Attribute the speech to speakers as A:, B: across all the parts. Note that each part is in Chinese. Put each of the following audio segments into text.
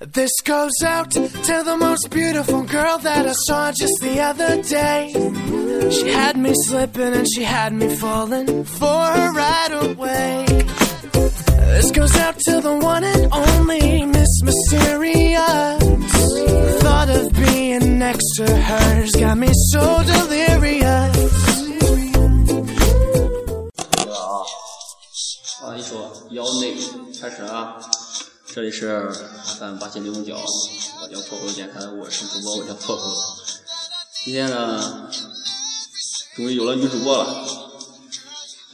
A: This goes out to the most beautiful girl that I saw just the other day. She had me slipping and she had me falling for her right away. This goes out to the one and only Miss Mysterious. The thought of being next to her's got me so delirious.
B: 啊，啊一说腰内开始啊，这里是 FM 八七零五九，我叫破口电台，我是主播，我叫破口。今天呢，终于有了女主播了，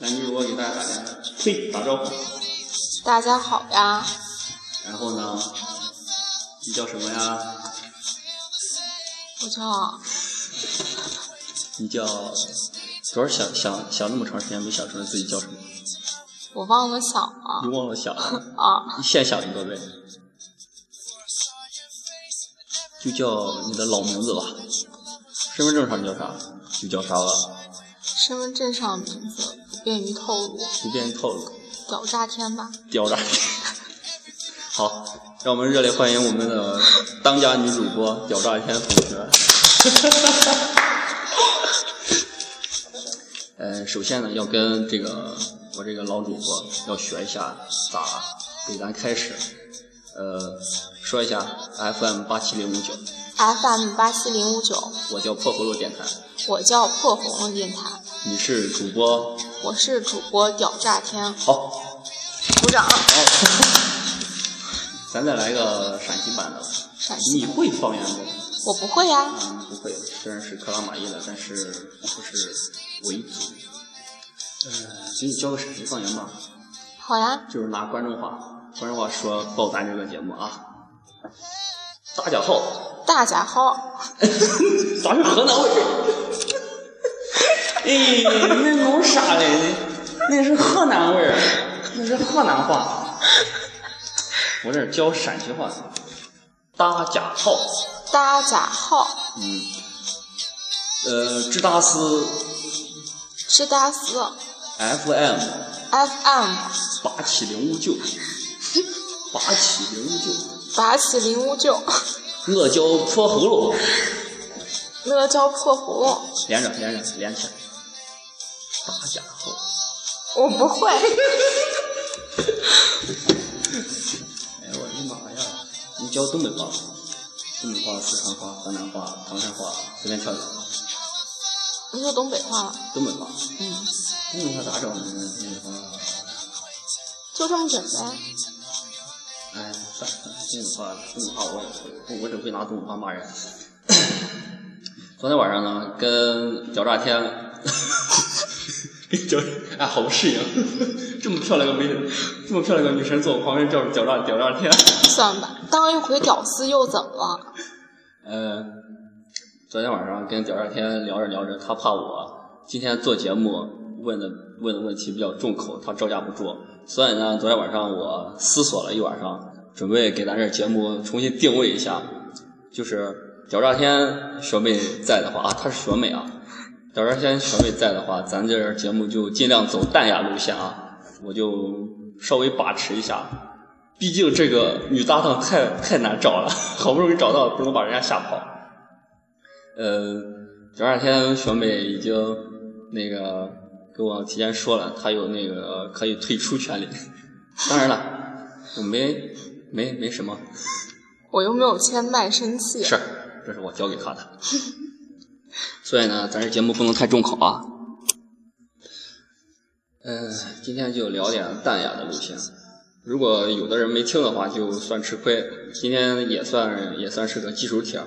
B: 来女主播给大家打电呸打招呼，
C: 大家好呀，
B: 然后呢，你叫什么呀？
C: 我叫
B: 你叫主要是想想想那么长时间没想出来自己叫什么，
C: 我忘了想了
B: 你忘了想了。
C: 啊，
B: 你现想一个呗，就叫你的老名字吧。身份证上叫啥就叫啥吧，
C: 身份证上名字不便于透露，
B: 不便于透露。
C: 屌炸天吧！
B: 吊炸！好，让我们热烈欢迎我们的当家女主播屌炸天同学。 呃，首先呢，要跟这个我这个老主播要学一下咋给咱开始，呃，说一下 FM 八七零五九，
C: FM 八七零五九，
B: 我叫破葫芦电台，
C: 我叫破红了电台，
B: 你是主播，
C: 我是主播屌炸天，
B: 好，
C: 鼓掌！
B: 咱再来个陕西版的吧，
C: 陕西
B: 你会方言不？
C: 我不会呀，
B: 嗯，不会，虽然是克拉玛依的，但是不是维族。呃，给你教个陕西方言吧，
C: 好呀，
B: 就是拿关中话，关中话说报咱这个节目啊。大家好，
C: 大家好，
B: 咋是河南味儿？哎，那弄啥嘞？那是河南味儿，那是河南话。我这儿教陕西话，大家好。
C: 大家好，
B: 嗯，呃，知达斯
C: 是大四
B: FM
C: FM
B: 八七零五九，八七零五九，
C: 八七零五九，
B: 我叫破喉咙，
C: 我叫破葫芦，
B: 连着连着连起来，大家好，
C: 我不会，
B: 哎呦我的妈呀，你教东北话，东北话、四川话、河南话、唐山话，随便挑一个，
C: 你说东北话吗？
B: 东北话，
C: 嗯，
B: 东北话咋整呢？东北话，
C: 就这样整呗。
B: 哎，算了，东北话，东北话我也不会，我只会拿东北话骂人。昨天晚上呢，跟屌炸天， 跟屌哎，好不适应， 这么漂亮个美，这么漂亮个女神坐我旁边叫屌炸屌炸天。
C: 算吧，当一回屌丝又怎么了？
B: 呃，昨天晚上跟屌炸天聊着聊着，他怕我今天做节目问的问的问题比较重口，他招架不住，所以呢，昨天晚上我思索了一晚上，准备给咱这节目重新定位一下，就是屌炸天学妹在的话啊，她是学妹啊，屌炸天学妹在的话，咱这节目就尽量走淡雅路线啊，我就稍微把持一下，毕竟这个女搭档太太难找了，好不容易找到，不能把人家吓跑。呃，前两天学妹已经那个跟我提前说了，她有那个可以退出权利。 当然了，我没没没什么
C: 我又没有签卖身契，
B: 事儿，这是我交给她的。所以呢，咱这节目不能太重口啊。呃，今天就聊点淡雅的路线。如果有的人没听的话，就算吃亏。今天也算也算是个技术帖儿。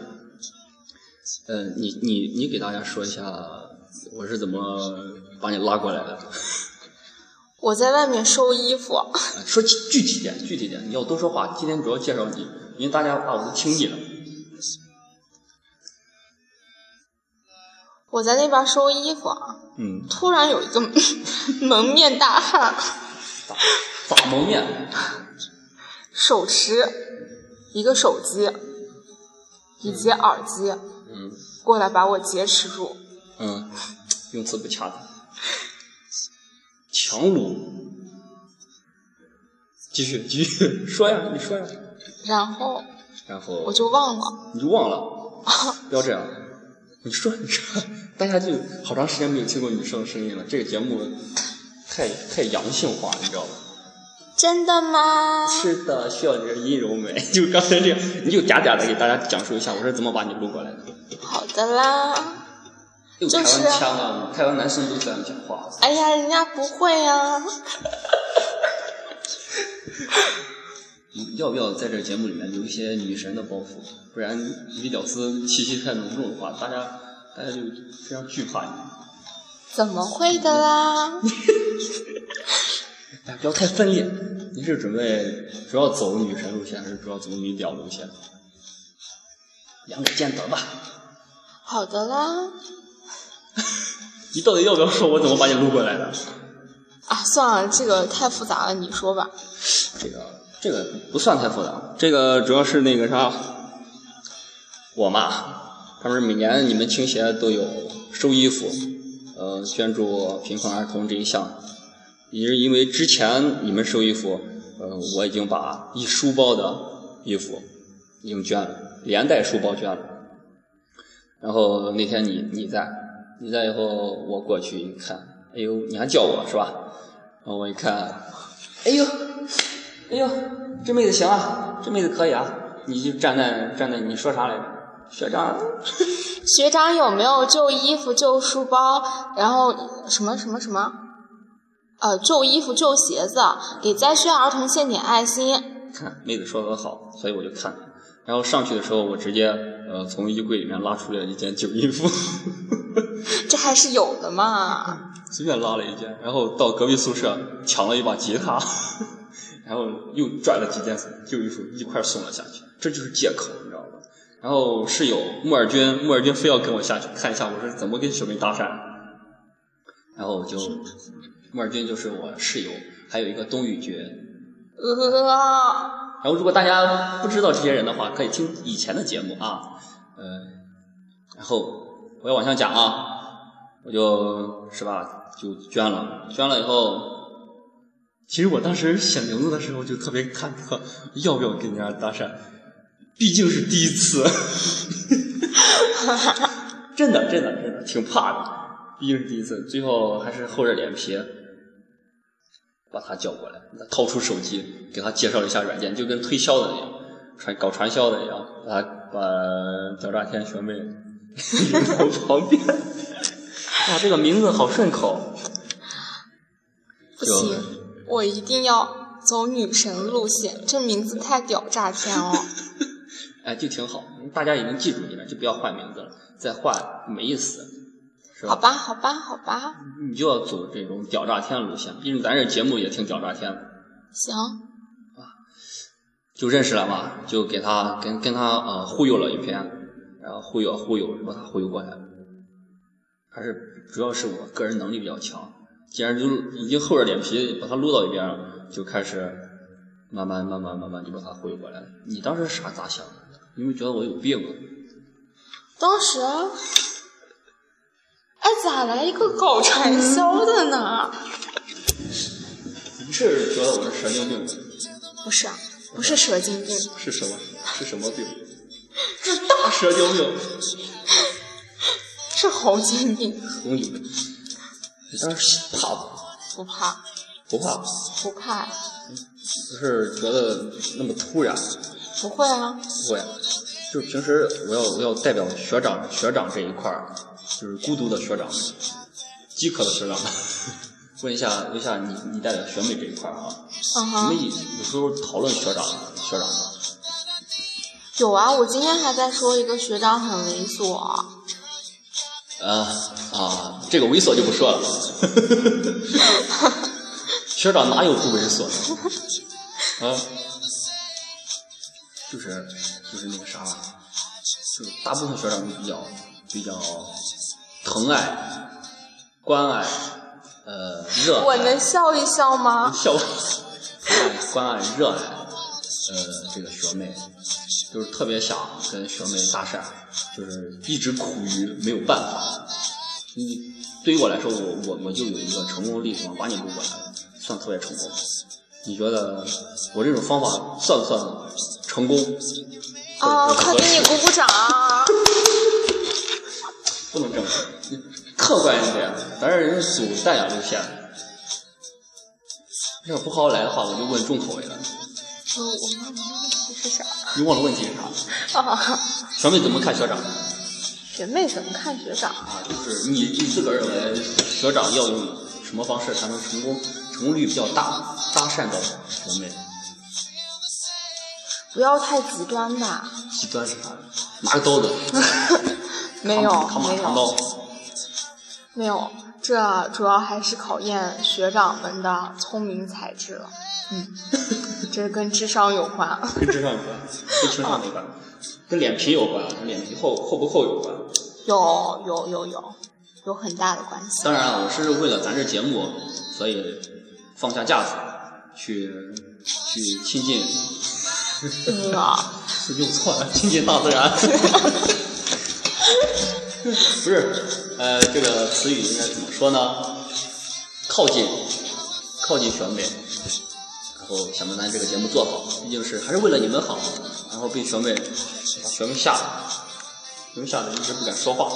B: 呃，你你你给大家说一下，我是怎么把你拉过来的？
C: 我在外面收衣服，
B: 呃说具具体点，具体点，你要多说话。今天主要介绍你，因为大家啊怕我都听腻了。
C: 我在那边收衣服，啊
B: 嗯，
C: 突然有一个 蒙面大汉，
B: 咋咋蒙面？
C: 手持一个手机以及耳机，
B: 嗯
C: 过来把我劫持住，
B: 嗯，用词不恰当。强掳，继续继续说呀，你说呀。
C: 然后
B: 然后
C: 我就哦忘了。
B: 你就忘了，不要这样。你说，你说，大家就好长时间没有听过女生的声音了。这个节目太太阳性化了，你知道吗？
C: 真的吗？
B: 是的，需要你的阴柔美。就刚才这样，你就嗲嗲的给大家讲述一下我是怎么把你录过来的。
C: 好的啦。
B: 又
C: 就
B: 台
C: 是
B: 湾腔啊，台湾男生都喜欢讲话。
C: 哎呀，人家不会啊。
B: 你要不要在这节目里面留一些女神的包袱？不然李屌丝气息太浓重的话，大家大家就非常惧怕你。
C: 怎么会的啦？
B: 大家不要太分裂。你是准备主要走女神路线，还是主要走女屌路线？两者兼得吧。
C: 好的啦。
B: 你到底要不要说我怎么把你撸过来的？
C: 啊，算了，这个太复杂了，你说吧。
B: 这个这个不算太复杂，这个主要是那个啥，我妈，他们每年你们青协都有收衣服，呃，捐助贫困儿童这一项，也是因为之前你们收衣服，呃，我已经把一书包的衣服已经捐了，连带书包捐了。然后那天你你在，你在以后我过去一看，哎呦，你还叫我是吧？然后我一看，哎呦，哎呦，这妹子行啊，这妹子可以啊！你就站在站在你说啥来着？学长，
C: 学长有没有旧衣服、旧书包，然后什么什么什么？呃，旧衣服、旧鞋子，给灾区儿童献点爱心。
B: 看妹子说的好，所以我就看。然后上去的时候，我直接呃从衣柜里面拉出了一件旧衣服，
C: 这还是有的嘛。
B: 随便拉了一件，然后到隔壁宿舍抢了一把吉他， 然后又拽了几件旧衣服一块送了下去。这就是借口，你知道吧？然后室友木尔君，木尔君非要跟我下去看一下我是怎么跟小妹搭讪，然后我就木尔君就是我室友，还有一个东宇君，
C: 呃，
B: 然后，如果大家不知道这些人的话，可以听以前的节目啊。呃，然后我要往下讲啊，我就是吧，就捐了，捐了以后，其实我当时写名字的时候就特别忐忑，要不要跟人家搭讪，毕竟是第一次，真的真的真的挺怕的，毕竟是第一次，最后还是厚着脸皮。把他叫过来，掏出手机给他介绍一下软件，就跟推销的一样，传搞传销的一样，把他把屌炸天学 妹领到旁边。哇，这个名字好顺口。
C: 不行，我一定要走女神路线，这名字太屌炸天了。
B: 哎，就挺好，大家已经记住你了，就不要换名字了，再换没意思，是
C: 好
B: 吧？
C: 吧，好吧，好吧，
B: 你就要走这种屌炸天路线，毕竟咱这节目也挺屌炸天的。
C: 行，
B: 就认识了嘛，就给他跟跟他呃忽悠了一篇，然后忽悠忽悠把他忽悠过来了，还是主要是我个人能力比较强，既然就已经厚着脸皮把他撸到一边了，就开始慢慢慢慢慢慢就把他忽悠过来了。你当时啥咋想的？你有没有觉得我有病啊？
C: 当时，哎，咋来一个搞传销的呢？
B: 你是觉得我是神经病？
C: 不是啊，不是蛇精病，
B: 是什么？是什么病？这大蛇精病。
C: 是猴精病。
B: 红你当时怕不？
C: 不怕，
B: 不怕，
C: 不怕，
B: 就是觉得那么突然。
C: 不会啊。
B: 不会，就是平时我要我要代表学长学长这一块儿，就是孤独的学长，饥渴的学长，问一下问一下你你代表学妹这一块儿啊，
C: 嗯
B: 你
C: 哼，
B: 们有有时候讨论学长学长啊吗？
C: 有啊，我今天还在说一个学长很猥琐，
B: 啊啊，这个猥琐就不说了， 学长哪有不猥琐的？啊，就是就是那个啥，就是大部分学长都比较比较疼爱、关爱、呃热爱。
C: 我能笑一笑 吗？
B: 笑吧，关爱、热爱，呃，这个学妹，就是特别想跟学妹搭讪，就是一直苦于没有办法。你对于我来说，我我我就有一个成功例子嘛，把你录过来了，算特别成功。你觉得我这种方法算不算成功？或者
C: 啊，
B: 是
C: 快
B: 合
C: 给你
B: 适
C: 鼓鼓掌！
B: 不能这么说，客观一点，咱是人属淡雅路线。要是不好好来的话，我就问重口味了。
C: 嗯我我是啥？
B: 你忘了问题是啥？
C: 啊，
B: 小妹怎么看学长？
C: 学妹怎么看学长？
B: 啊，就是你你自个儿认为学长要用什么方式才能成功，成功率比较大，搭讪到学妹？
C: 不要太极端吧。
B: 极端是啥呀？拿个刀子，
C: 没
B: 扛
C: 有，
B: 扛马
C: 没
B: 扛
C: 有，
B: 刀，
C: 没有。这主要还是考验学长们的聪明才智了。嗯，这跟智商有关。
B: 跟智商有关，跟情商有
C: 啊
B: 关，跟脸皮有关，啊跟脸皮厚厚不厚有关。
C: 有有有有，有很大的关系。
B: 当然啊了，我是为了咱这节目，所以放下架子，去去亲近，
C: 嗯啊，
B: 是用错了，亲近大自然。 不是，呃，这个词语应该怎么说呢？靠近，靠近选美，然后想把咱这个节目做好，毕竟是还是为了你们好，然后被选美把选美吓的，选美吓得一直不敢说话，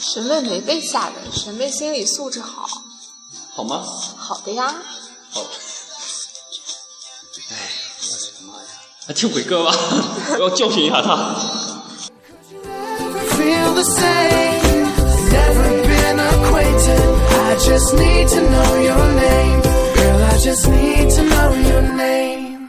C: 学妹没被吓人，学妹心理素质好，
B: 好吗？
C: 好的呀。
B: 好。哎，我的妈呀！还听鬼哥吧， 我要教训一下他。
A: never feel the same. Never been acquainted. I just need to know your name. Girl, I just need to know your name.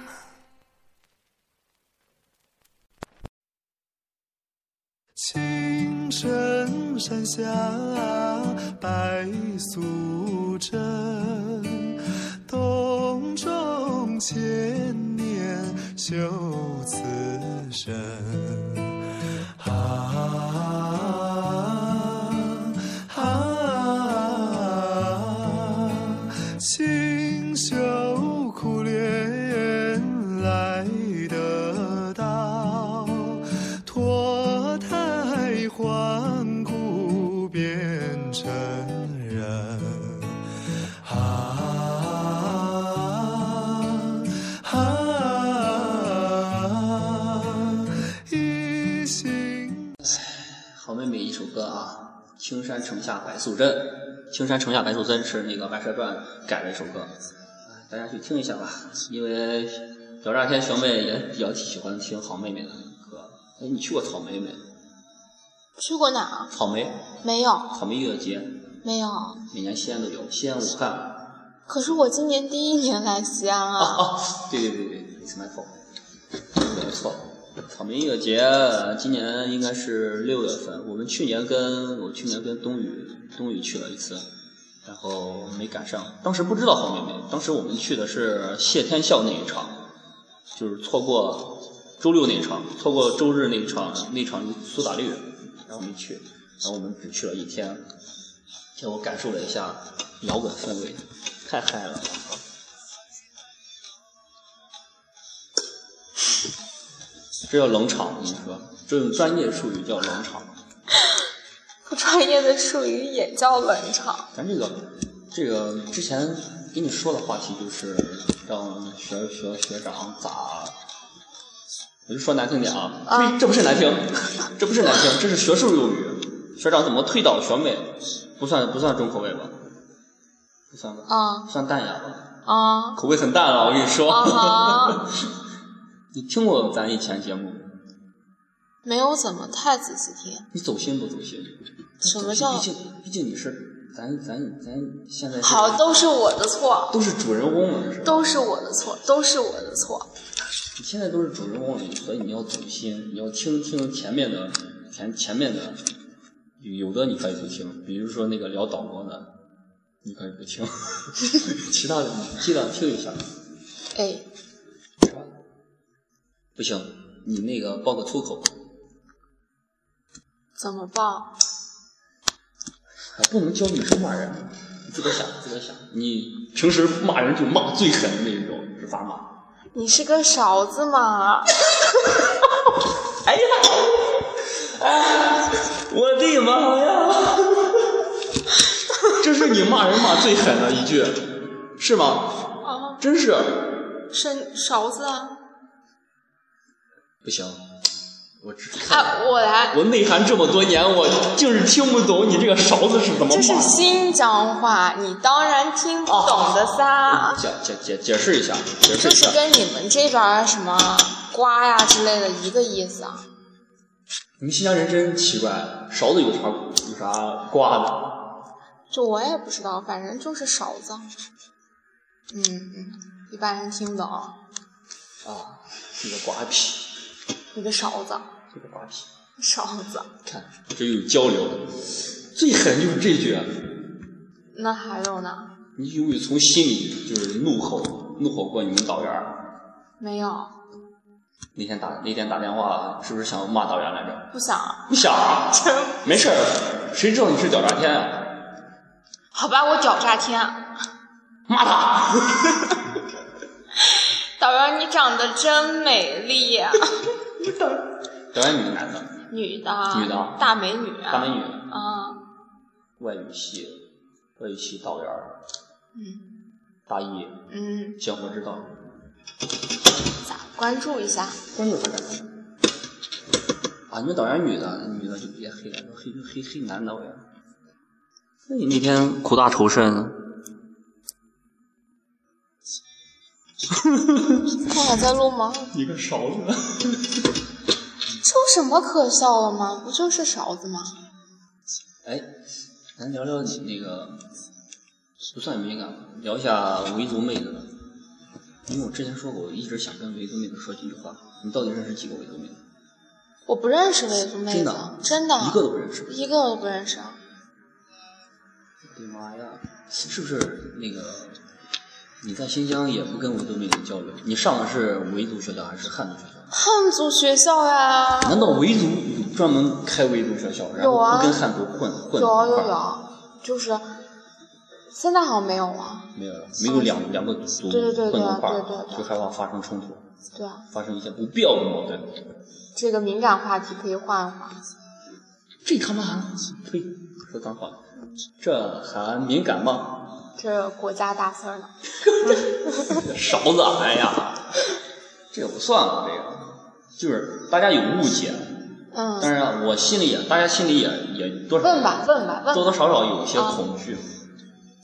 B: 好妹妹一首歌啊，《青山城下白素贞》，《青山城下白素贞》是那个《白蛇传》改的一首歌，哎大家去听一下吧。因为聊炸天学妹也比较喜欢听好妹妹的歌。哎，你去过草莓没？
C: 去过哪儿？啊
B: 草莓，
C: 没有，
B: 草莓音乐节，
C: 没有。
B: 每年西安都有，西安、武汉、
C: 可是我今年第一年来西安啊，
B: 哦， 对对对对，It's my fault，没错。草莓音乐节今年应该是六月份，我们去年跟我去年跟冬雨冬雨去了一次，然后没赶上，当时不知道好妹妹，当时我们去的是谢天笑那一场，就是错过周六那一场，错过周日那一场，那场苏打绿，然后没去，然后我们只去了一天，结果感受了一下摇滚氛围，太嗨了。这叫冷场，我跟你说，这种专业术语叫冷场。
C: 不专业的术语也叫冷场。
B: 咱这个，这个之前跟你说的话题就是让学学学长咋，我就说难听点啊，
C: 啊
B: 这这不是难听，这不是难听，这是学术用语。学长怎么推倒学妹，不算不算重口味吧？不算吧？
C: 啊
B: 算淡雅吧？
C: 啊
B: 口味很淡了，我跟你说。
C: 啊哈！
B: 你听过咱以前节目？
C: 没有怎么太仔细听。
B: 你走心不走心？
C: 什么叫
B: 毕竟毕竟你是咱咱咱现在是
C: 好，都是我的错，
B: 都是主人翁了，是吧？
C: 都是我的错，都是我的错。
B: 你现在都是主人翁了，所以你要走心，你要听听前面的前前面的，有的你可以不听，比如说那个聊岛国的，你可以不听， 其他的你尽量听一下，
C: 哎，
B: 不行，你那个爆个粗口，
C: 怎么报？
B: 还不能教女生骂人，你自个儿想自个儿想，你平时骂人就骂最狠的那种，是咋骂？
C: 你是个勺子吗？
B: 哎呀，哎，我的妈 呀！这是你骂人骂最狠的一句，是吗？
C: 啊，
B: 真是
C: 是勺子啊！
B: 不行，我只
C: 哎，我来，
B: 我内涵这么多年，我竟是听不懂你这个勺子是怎么
C: 这
B: 码
C: 是
B: 的。
C: 新疆话，你当然听不懂的噻。
B: 解解解解释一下，解释
C: 就
B: 一
C: 是
B: 下。
C: 跟你们这边儿什么瓜呀之类的一个意思啊。
B: 你们新疆人真奇怪，勺子有啥有啥瓜的？
C: 就我也不知道，反正就是勺子。嗯嗯，一般人听不懂。
B: 啊，这个瓜皮，
C: 一个勺子，
B: 这个瓜皮，
C: 勺子，
B: 看这又有交流。最狠就是这句，啊
C: 那还有呢？
B: 你有没有从心里就是怒吼怒吼过你们导员儿？
C: 没有，
B: 那天打那天打电话是不是想骂导员来着？
C: 不想。
B: 不想啊，
C: 真
B: 没事儿，谁知道你是屌炸天啊？
C: 好吧，我屌炸天！
B: 骂他！
C: 导员，你长得真美丽，啊
B: 导员女的男的，
C: 女 的，
B: 女的
C: 大美女，
B: 大美女，
C: 啊，
B: 外语系，外语系导员儿，
C: 嗯
B: 大一，
C: 嗯，
B: 行，我知道，
C: 咋关注一下？
B: 关注他干什么？啊，你们导员女的，女的就别黑了，黑黑黑男导员。那你那天苦大仇深，啊
C: 他还在录吗？
B: 一个勺子，
C: 这有什么可笑的吗？不就是勺子吗？
B: 哎，咱聊聊你那个不算敏感吧，聊一下维族妹子吧。因为我之前说过，我一直想跟维族妹子说几句话。你到底认识几个维族妹子？
C: 我不认识维族妹子，
B: 真
C: 真
B: 的啊一个
C: 的
B: 都不认识。
C: 一个都不认识。
B: 我的妈哎呀！是不是那个你在新疆也不跟维族妹子交流？你上的是维族学校还是汉族学校？
C: 汉族学校呀，
B: 难道维族有专门开维族学校，然
C: 啊有
B: 后
C: 啊
B: 不跟汉族混混
C: 有啊
B: 一块
C: 有
B: 儿？
C: 有，就是现在好像没有了。
B: 没有了，没有两两个族
C: 对对对
B: 混
C: 对
B: 一块
C: 对对
B: 儿，
C: 对
B: 就害怕发生冲突，
C: 对啊，
B: 发生一些不必要的矛盾。
C: 这个敏感话题可以换换。
B: 这他妈还呸，说脏话，这还敏感吗？
C: 这国家大事儿呢，
B: 勺子，哎呀，这也不算了，这个就是大家有误解。
C: 嗯，
B: 当然，我心里也，大家心里也也多少
C: 问吧问啊
B: 多
C: 吧问吧。
B: 多少少有些恐惧，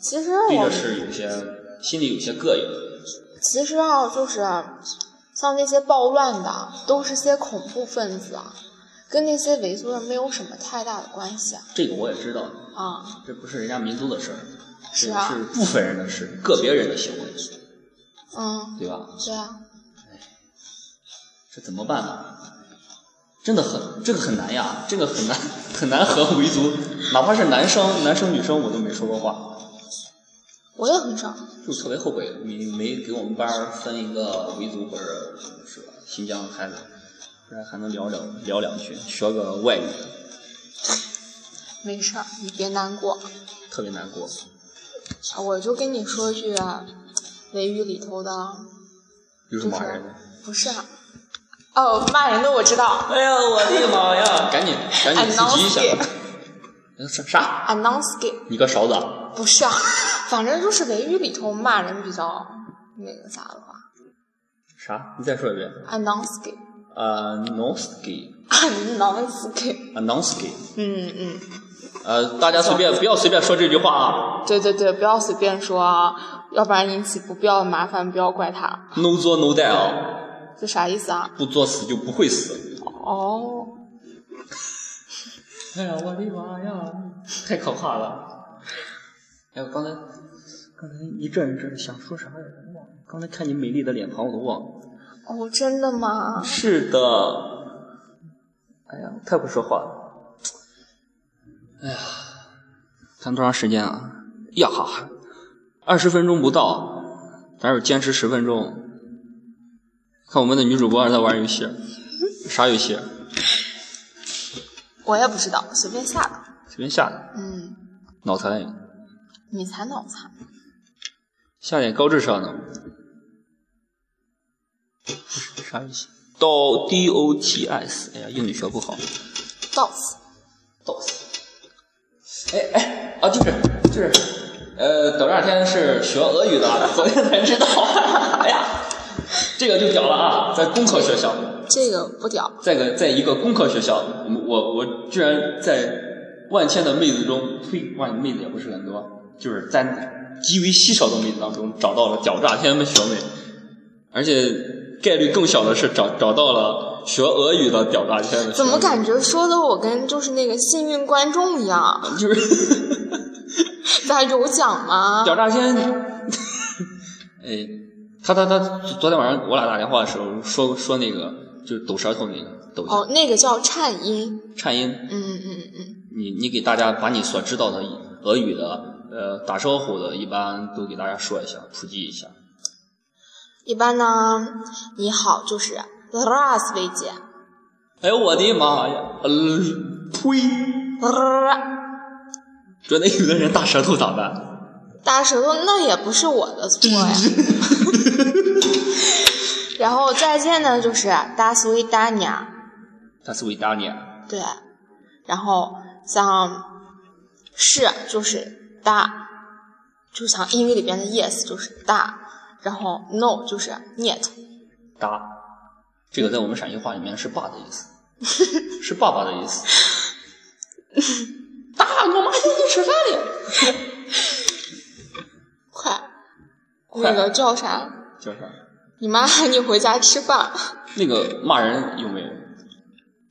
C: 其实
B: 或
C: 我
B: 者是有些心里有些膈应。
C: 其实啊，就是像那些暴乱的，都是些恐怖分子啊，跟那些维族人没有什么太大的关系啊。
B: 这个我也知道，
C: 啊，
B: 这不是人家民族的事儿，
C: 是
B: 这
C: 啊
B: 是部分人的事，个别人的行为，
C: 嗯，
B: 对吧？
C: 对啊，
B: 这怎么办呢？真的很，这个很难呀，这个很难很难和维族，哪怕是男生男生女生，我都没说过话，
C: 我也很少。
B: 就特别后悔你没给我们班儿分一个维族或者是新疆孩子，不然还能聊聊聊两句，学个外语，
C: 没事儿，你别难过。
B: 特别难过。
C: 我就跟你说句啊维语里头的，
B: 又是
C: 就
B: 骂人
C: 是
B: 的，
C: 不是啊？哦，骂人的我知道
B: 哎呀，我的妈呀！赶紧赶紧自己一下
C: Anowski。
B: 呃啥啥？
C: a n o n s k i
B: 你个勺子啊？
C: 不是啊，反正就是维语里头骂人比较那个啥的话
B: 啥？你再说一遍。
C: a n o n s k i
B: 呃 n o s k i
C: a n o n s k i
B: a n o s k i
C: 嗯嗯，
B: 呃，大家随便不要随便说这句话啊
C: 对对对，不要随便说啊，要不然引起不必要的麻烦，不要怪他。
B: ，no 作 no die 啊，
C: 这啥意思啊？
B: 不作死就不会死。
C: 哦，
B: 哎呀，我的妈呀，太可怕了！哎，我刚才刚才一阵一阵想说啥来着，忘了。刚才看你美丽的脸庞，我都忘了。
C: 哦，真的吗？
B: 是的。哎呀，太会说话了。哎呀，看多长时间啊？呀哈，二十分钟不到，咱有坚持十分钟。看我们的女主播在玩游戏，啥游戏？
C: 我也不知道，随便下的。
B: 随便下的，
C: 嗯，
B: 脑残，
C: 你才脑残。
B: 下点高智商的。不是啥游戏？到 D O T S，哎呀，英语学不好。
C: 到此。
B: 逗死！哎哎，啊，就是就是， 呃，等这两天是学俄语的，昨天才知道。哎呀，这个就屌了啊！在工科学校，
C: 这个不屌。
B: 在个在一个工科学校，我们我我居然在万千的妹子中，呸，万妹子也不是很多，就是在极为稀少的妹子当中找到了狡诈天的学妹，而且概率更小的是找找到了学俄语的狡诈天的学妹。
C: 怎么感觉说的我跟就是那个幸运观众一样？
B: 就是
C: 咱有奖吗？
B: 屌炸天，哎，他他他昨天晚上我俩打电话的时候说说那个就是抖舌头那个抖一下
C: 哦，那个叫颤音。
B: 颤音，
C: 嗯嗯嗯，
B: 你你给大家把你所知道的俄语的呃打招呼的，一般都给大家说一下，普及一下。
C: 一般呢，你好就是 r a s 维姐
B: 哎呦我的妈呀！呃，呸！
C: ，r
B: 说那有的人大舌头咋办？
C: 大舌头那也不是我的错 呀。然后再见呢就是 das v i d a n a
B: 他是维达尼亚，
C: 对，然后像是就是大，就像英语里边的 yes 就是大，然后 no 就是 net，
B: 达，这个在我们陕西话里面是“爸”的意思，是爸爸的意思。达，我妈请你吃饭了。
C: 快，
B: 快
C: 那个叫啥？
B: 叫啥？
C: 你妈喊你回家吃饭，
B: 那个骂人有没有？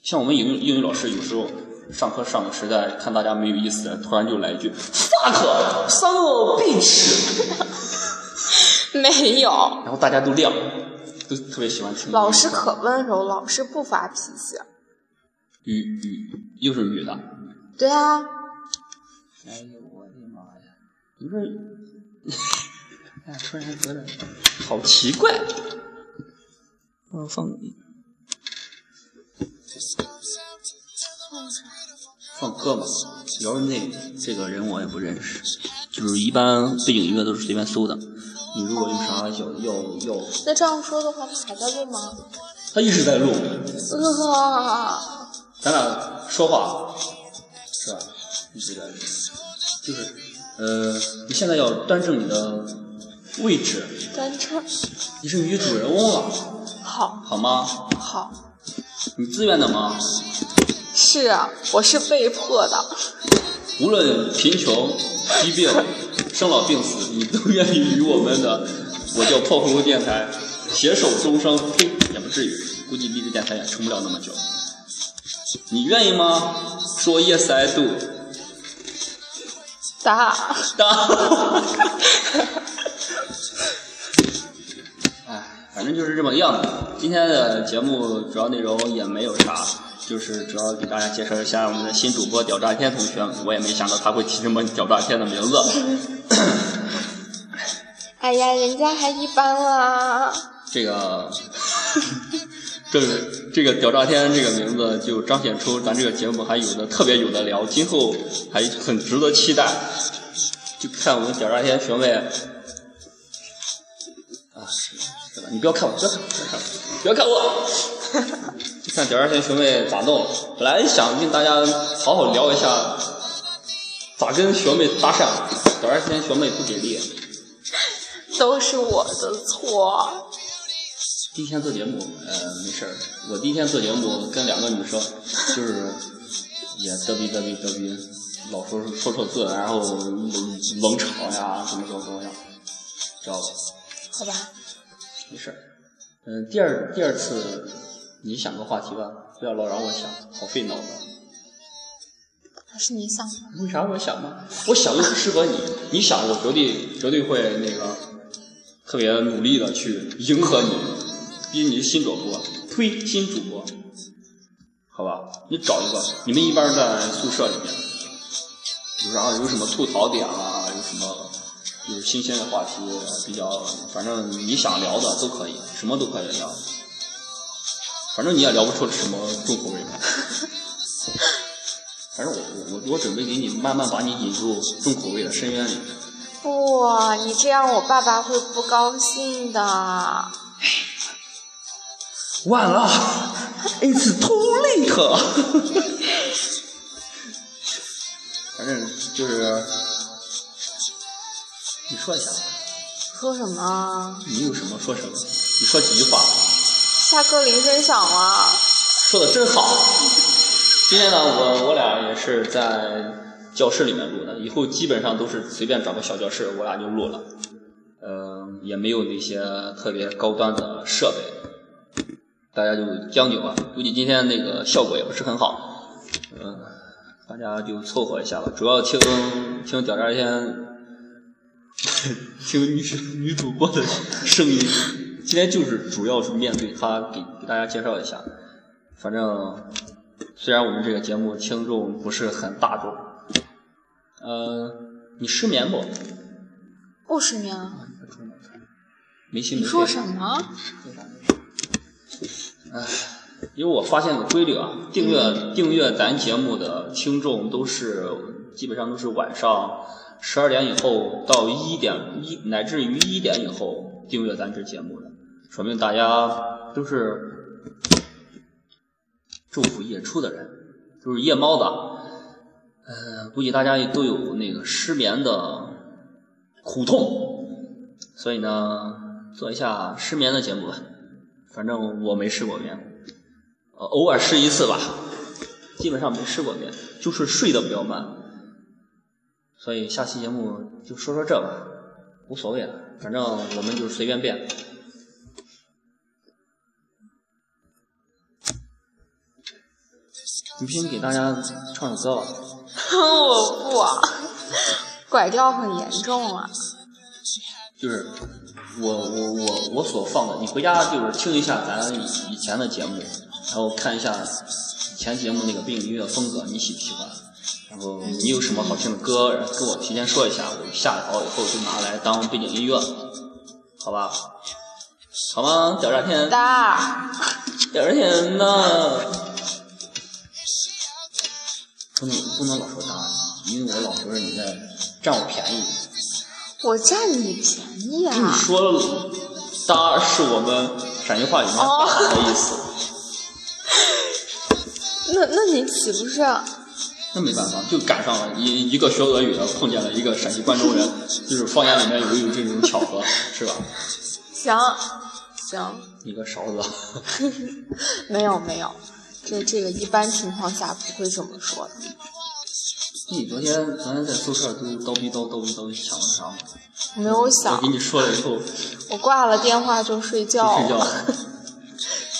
B: 像我们英语英语老师有时候上课上的实在看大家没有意思，突然就来一句 “fuck son of a bitch”，
C: 没有。
B: 然后大家都亮，都特别喜欢听。
C: 老师可温柔，老师不发脾气。
B: 女女又是女的。
C: 对啊，
B: 哎呦我的妈呀！你说，哎呀，突然觉得好奇怪。我放放歌吧，主要是那这个人我也不认识，就是一般背景音乐都是随便搜的。你如果有啥要要要，
C: 那这样说的话，还在录吗？
B: 他一直在录，
C: 哇，
B: 咱俩说话啊是吧？一直在录，就是呃，你现在要端正你的位置，
C: 单车，
B: 你是女主人翁了，
C: 好
B: 好吗？
C: 好
B: 你自愿的吗？
C: 是啊，我是被迫的。
B: 无论贫穷、疾病、生老病死，你都愿意与我们的“我叫破葫芦电台”携手终生。呸，也不至于，估计励志电台也撑不了那么久。你愿意吗？说 yes I do。
C: 打。
B: 当。 哎，反正就是这么个样子。今天的节目主要内容也没有啥，就是主要给大家介绍一下我们的新主播屌炸天同学。我也没想到他会起这么屌炸天的名字。
C: 哎呀，人家还一般啊啦。
B: 这个，这个这个“屌炸天”这个名字就彰显出咱这个节目还有的特别有的聊，今后还很值得期待。就看我们“屌炸天”学妹啊，是是吧？你不要看我，不要看我，不要看我，就看“屌炸天”学妹咋弄。本来想跟大家好好聊一下咋跟学妹搭讪，“屌炸天”学妹不给力。
C: 都是我的错。
B: 第一天做节目，呃，没事儿。我第一天做节目跟两个女生，就是也嘚逼嘚逼嘚逼，老说说错字，然后冷冷场呀，怎么怎么怎么样，知道吧？
C: 好吧，
B: 没事儿。嗯、第二第二次你想个话题吧，不要老让我想，好费脑子。
C: 还是你想吧。
B: 为啥我想呢？我想又不适合你，你想我绝对绝对会那个特别努力的去迎合你，逼你新主播推新主播，好吧？你找一个，你们一般在宿舍里面，有啥啊有什么吐槽点啊？有什么就是新鲜的话题比较，反正你想聊的都可以，什么都可以聊，反正你也聊不出什么重口味来。反正我我我我准备给你慢慢把你引入重口味的深渊里。
C: 不，你这样我爸爸会不高兴的。
B: 晚了，It's too late。反正就是，你说一下，
C: 说什么？
B: 你有什么说什么，你说几句话？
C: 下课铃声响了，
B: 说的真好。今天呢，我我俩也是在教室里面录的，以后基本上都是随便找个小教室，我俩就录了。嗯，也没有那些特别高端的设备，大家就将就吧。估计今天那个效果也不是很好，嗯，大家就凑合一下吧。主要听听屌炸天， 听女女主播的声音。今天就是主要是面对她，给给大家介绍一下。反正虽然我们这个节目听众不是很大众，呃，你失眠不？
C: 不失眠了。
B: 没心
C: 你
B: 没肺。
C: 说什么？
B: 因为我发现个规律啊，订阅订阅咱节目的听众都是基本上都是晚上十二点以后到一点一乃至于一点以后订阅咱这节目的，说明大家都是昼伏夜出的人，都是夜猫子啊。呃，估计大家也都有那个失眠的苦痛，所以呢，做一下失眠的节目吧。反正我没失过眠，呃，偶尔试一次吧，基本上没试过眠，就是睡得比较慢。所以下期节目就说说这吧，无所谓了，反正我们就随便变。你不行，给大家唱首歌吧。
C: 我不啊，拐调很严重 啊。
B: 就是我我我我所放的，你回家就是听一下咱以前的节目，然后看一下以前节目那个背景音乐风格，你喜不喜欢？然后你有什么好听的歌，然后跟我提前说一下，我下好以后就拿来当背景音乐，好吧？好吗？屌炸天，
C: 哒，
B: 屌炸天呢？不能不能老说大，因为我老觉得你在占我便宜。
C: 我占你便宜
B: 你
C: 啊！
B: 说了“搭”是我们陕西话里面“
C: 哦
B: 搭”的意思，
C: 那那你岂不是？
B: 那没办法，就赶上了一一个学俄语的碰见了一个陕西关 中人，就是方言里面有有这种巧合，是吧？
C: 行行，
B: 一个勺子，
C: 没有没有，这这个一般情况下不会这么说的。
B: 你昨天昨天在宿舍都叨逼叨叨逼叨逼想了啥吗？
C: 没有
B: 我
C: 想
B: 给，你说了以后就
C: 我挂了电话就睡觉
B: 睡觉
C: 了。
B: 了，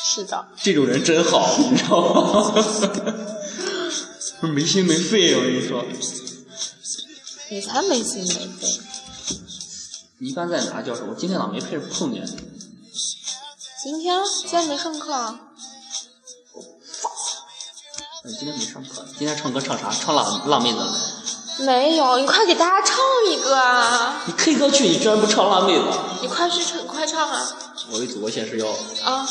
C: 是的，
B: 这种人真好，你知道吗？ 没心没肺，我跟你说，
C: 你才没心没肺。
B: 你一般在哪个教室？我今天咋没碰碰见你？
C: 今天今天没上课啊？
B: 我今天没上课，今天唱歌唱啥？唱辣辣妹子。
C: 没有，你快给大家唱一个啊！
B: 你 K 歌去，你居然不唱辣妹子？
C: 你快去唱，快唱啊！
B: 我为祖国献诗腰，
C: 啊，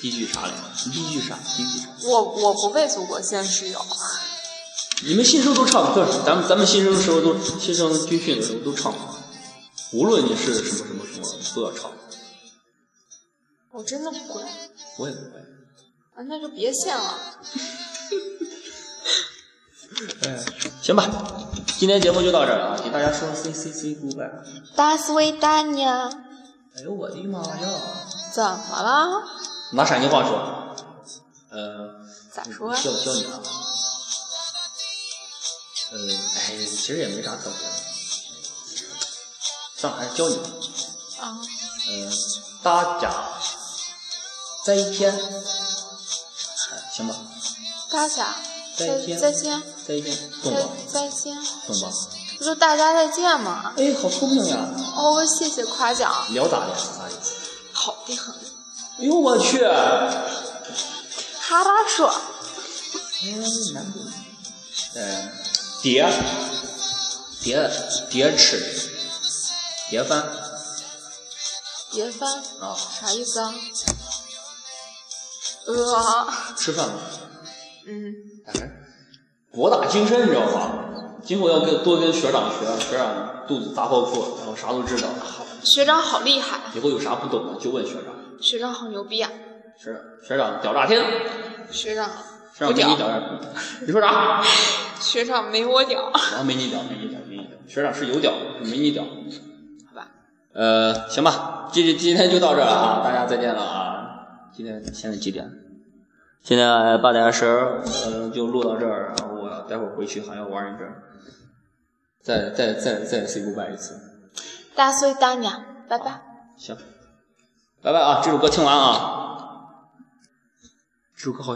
B: 第一句啥来着？第一句啥？第一句啥？
C: 我我不为祖国献诗友。
B: 你们新生都唱歌，咱们咱们新生的时候都新生军训的时候都唱过，无论你是什么什么什么都要唱。
C: 我真的不会啊，
B: 我也不会。
C: 那就别献了。
B: 行吧，今天节目就到这儿了啊，给大家说 C C C goodbye。
C: 大斯维达尼亚，
B: 哎呦我的妈呀！
C: 怎么了？
B: 拿陕西话说，呃，
C: 咋说
B: 教教你啊。呃，哎，其实也没啥特别的。上海教你吧。
C: 啊？
B: 嗯，大家再见。哎，行吧，
C: 大家
B: 再见
C: 再见，
B: 再见，懂
C: 再
B: 吧，
C: 再见，
B: 懂吧？
C: 不就大家再见吗？
B: 哎，好聪明呀！
C: 哦，谢谢夸奖，
B: 聊咋的？啥意思？
C: 好的很。
B: 哎呦我去！呃
C: 哈巴说，
B: 嗯，叠叠叠尺，叠翻
C: 别翻，
B: 啊！
C: 啥意思啊？呃，
B: 吃饭吗？
C: 嗯，
B: 哎，博大精深，你知道吧？今后要跟多跟学长学，学长肚子大爆破，然后啥都知道。
C: 学长好厉害，
B: 以后有啥不懂的就问学长。
C: 学长好牛逼啊，
B: 学学长屌炸天，
C: 学长
B: 学
C: 不
B: 长没你
C: 屌，
B: 屌炸天，你说啥？
C: 学长没我屌，
B: 然后没你屌，没你屌，没你屌。学长是有屌，没你屌。
C: 好吧？
B: 呃，行吧，今今天就到这儿了啊，大家再见了啊。今天现在几点？现在八点二十，呃，就录到这儿。然后我待会儿回去还要玩一阵儿，再再再再 say goodbye 一次。
C: 大岁大娘，拜拜。
B: 行，拜拜啊！这首歌听完啊，这首歌好。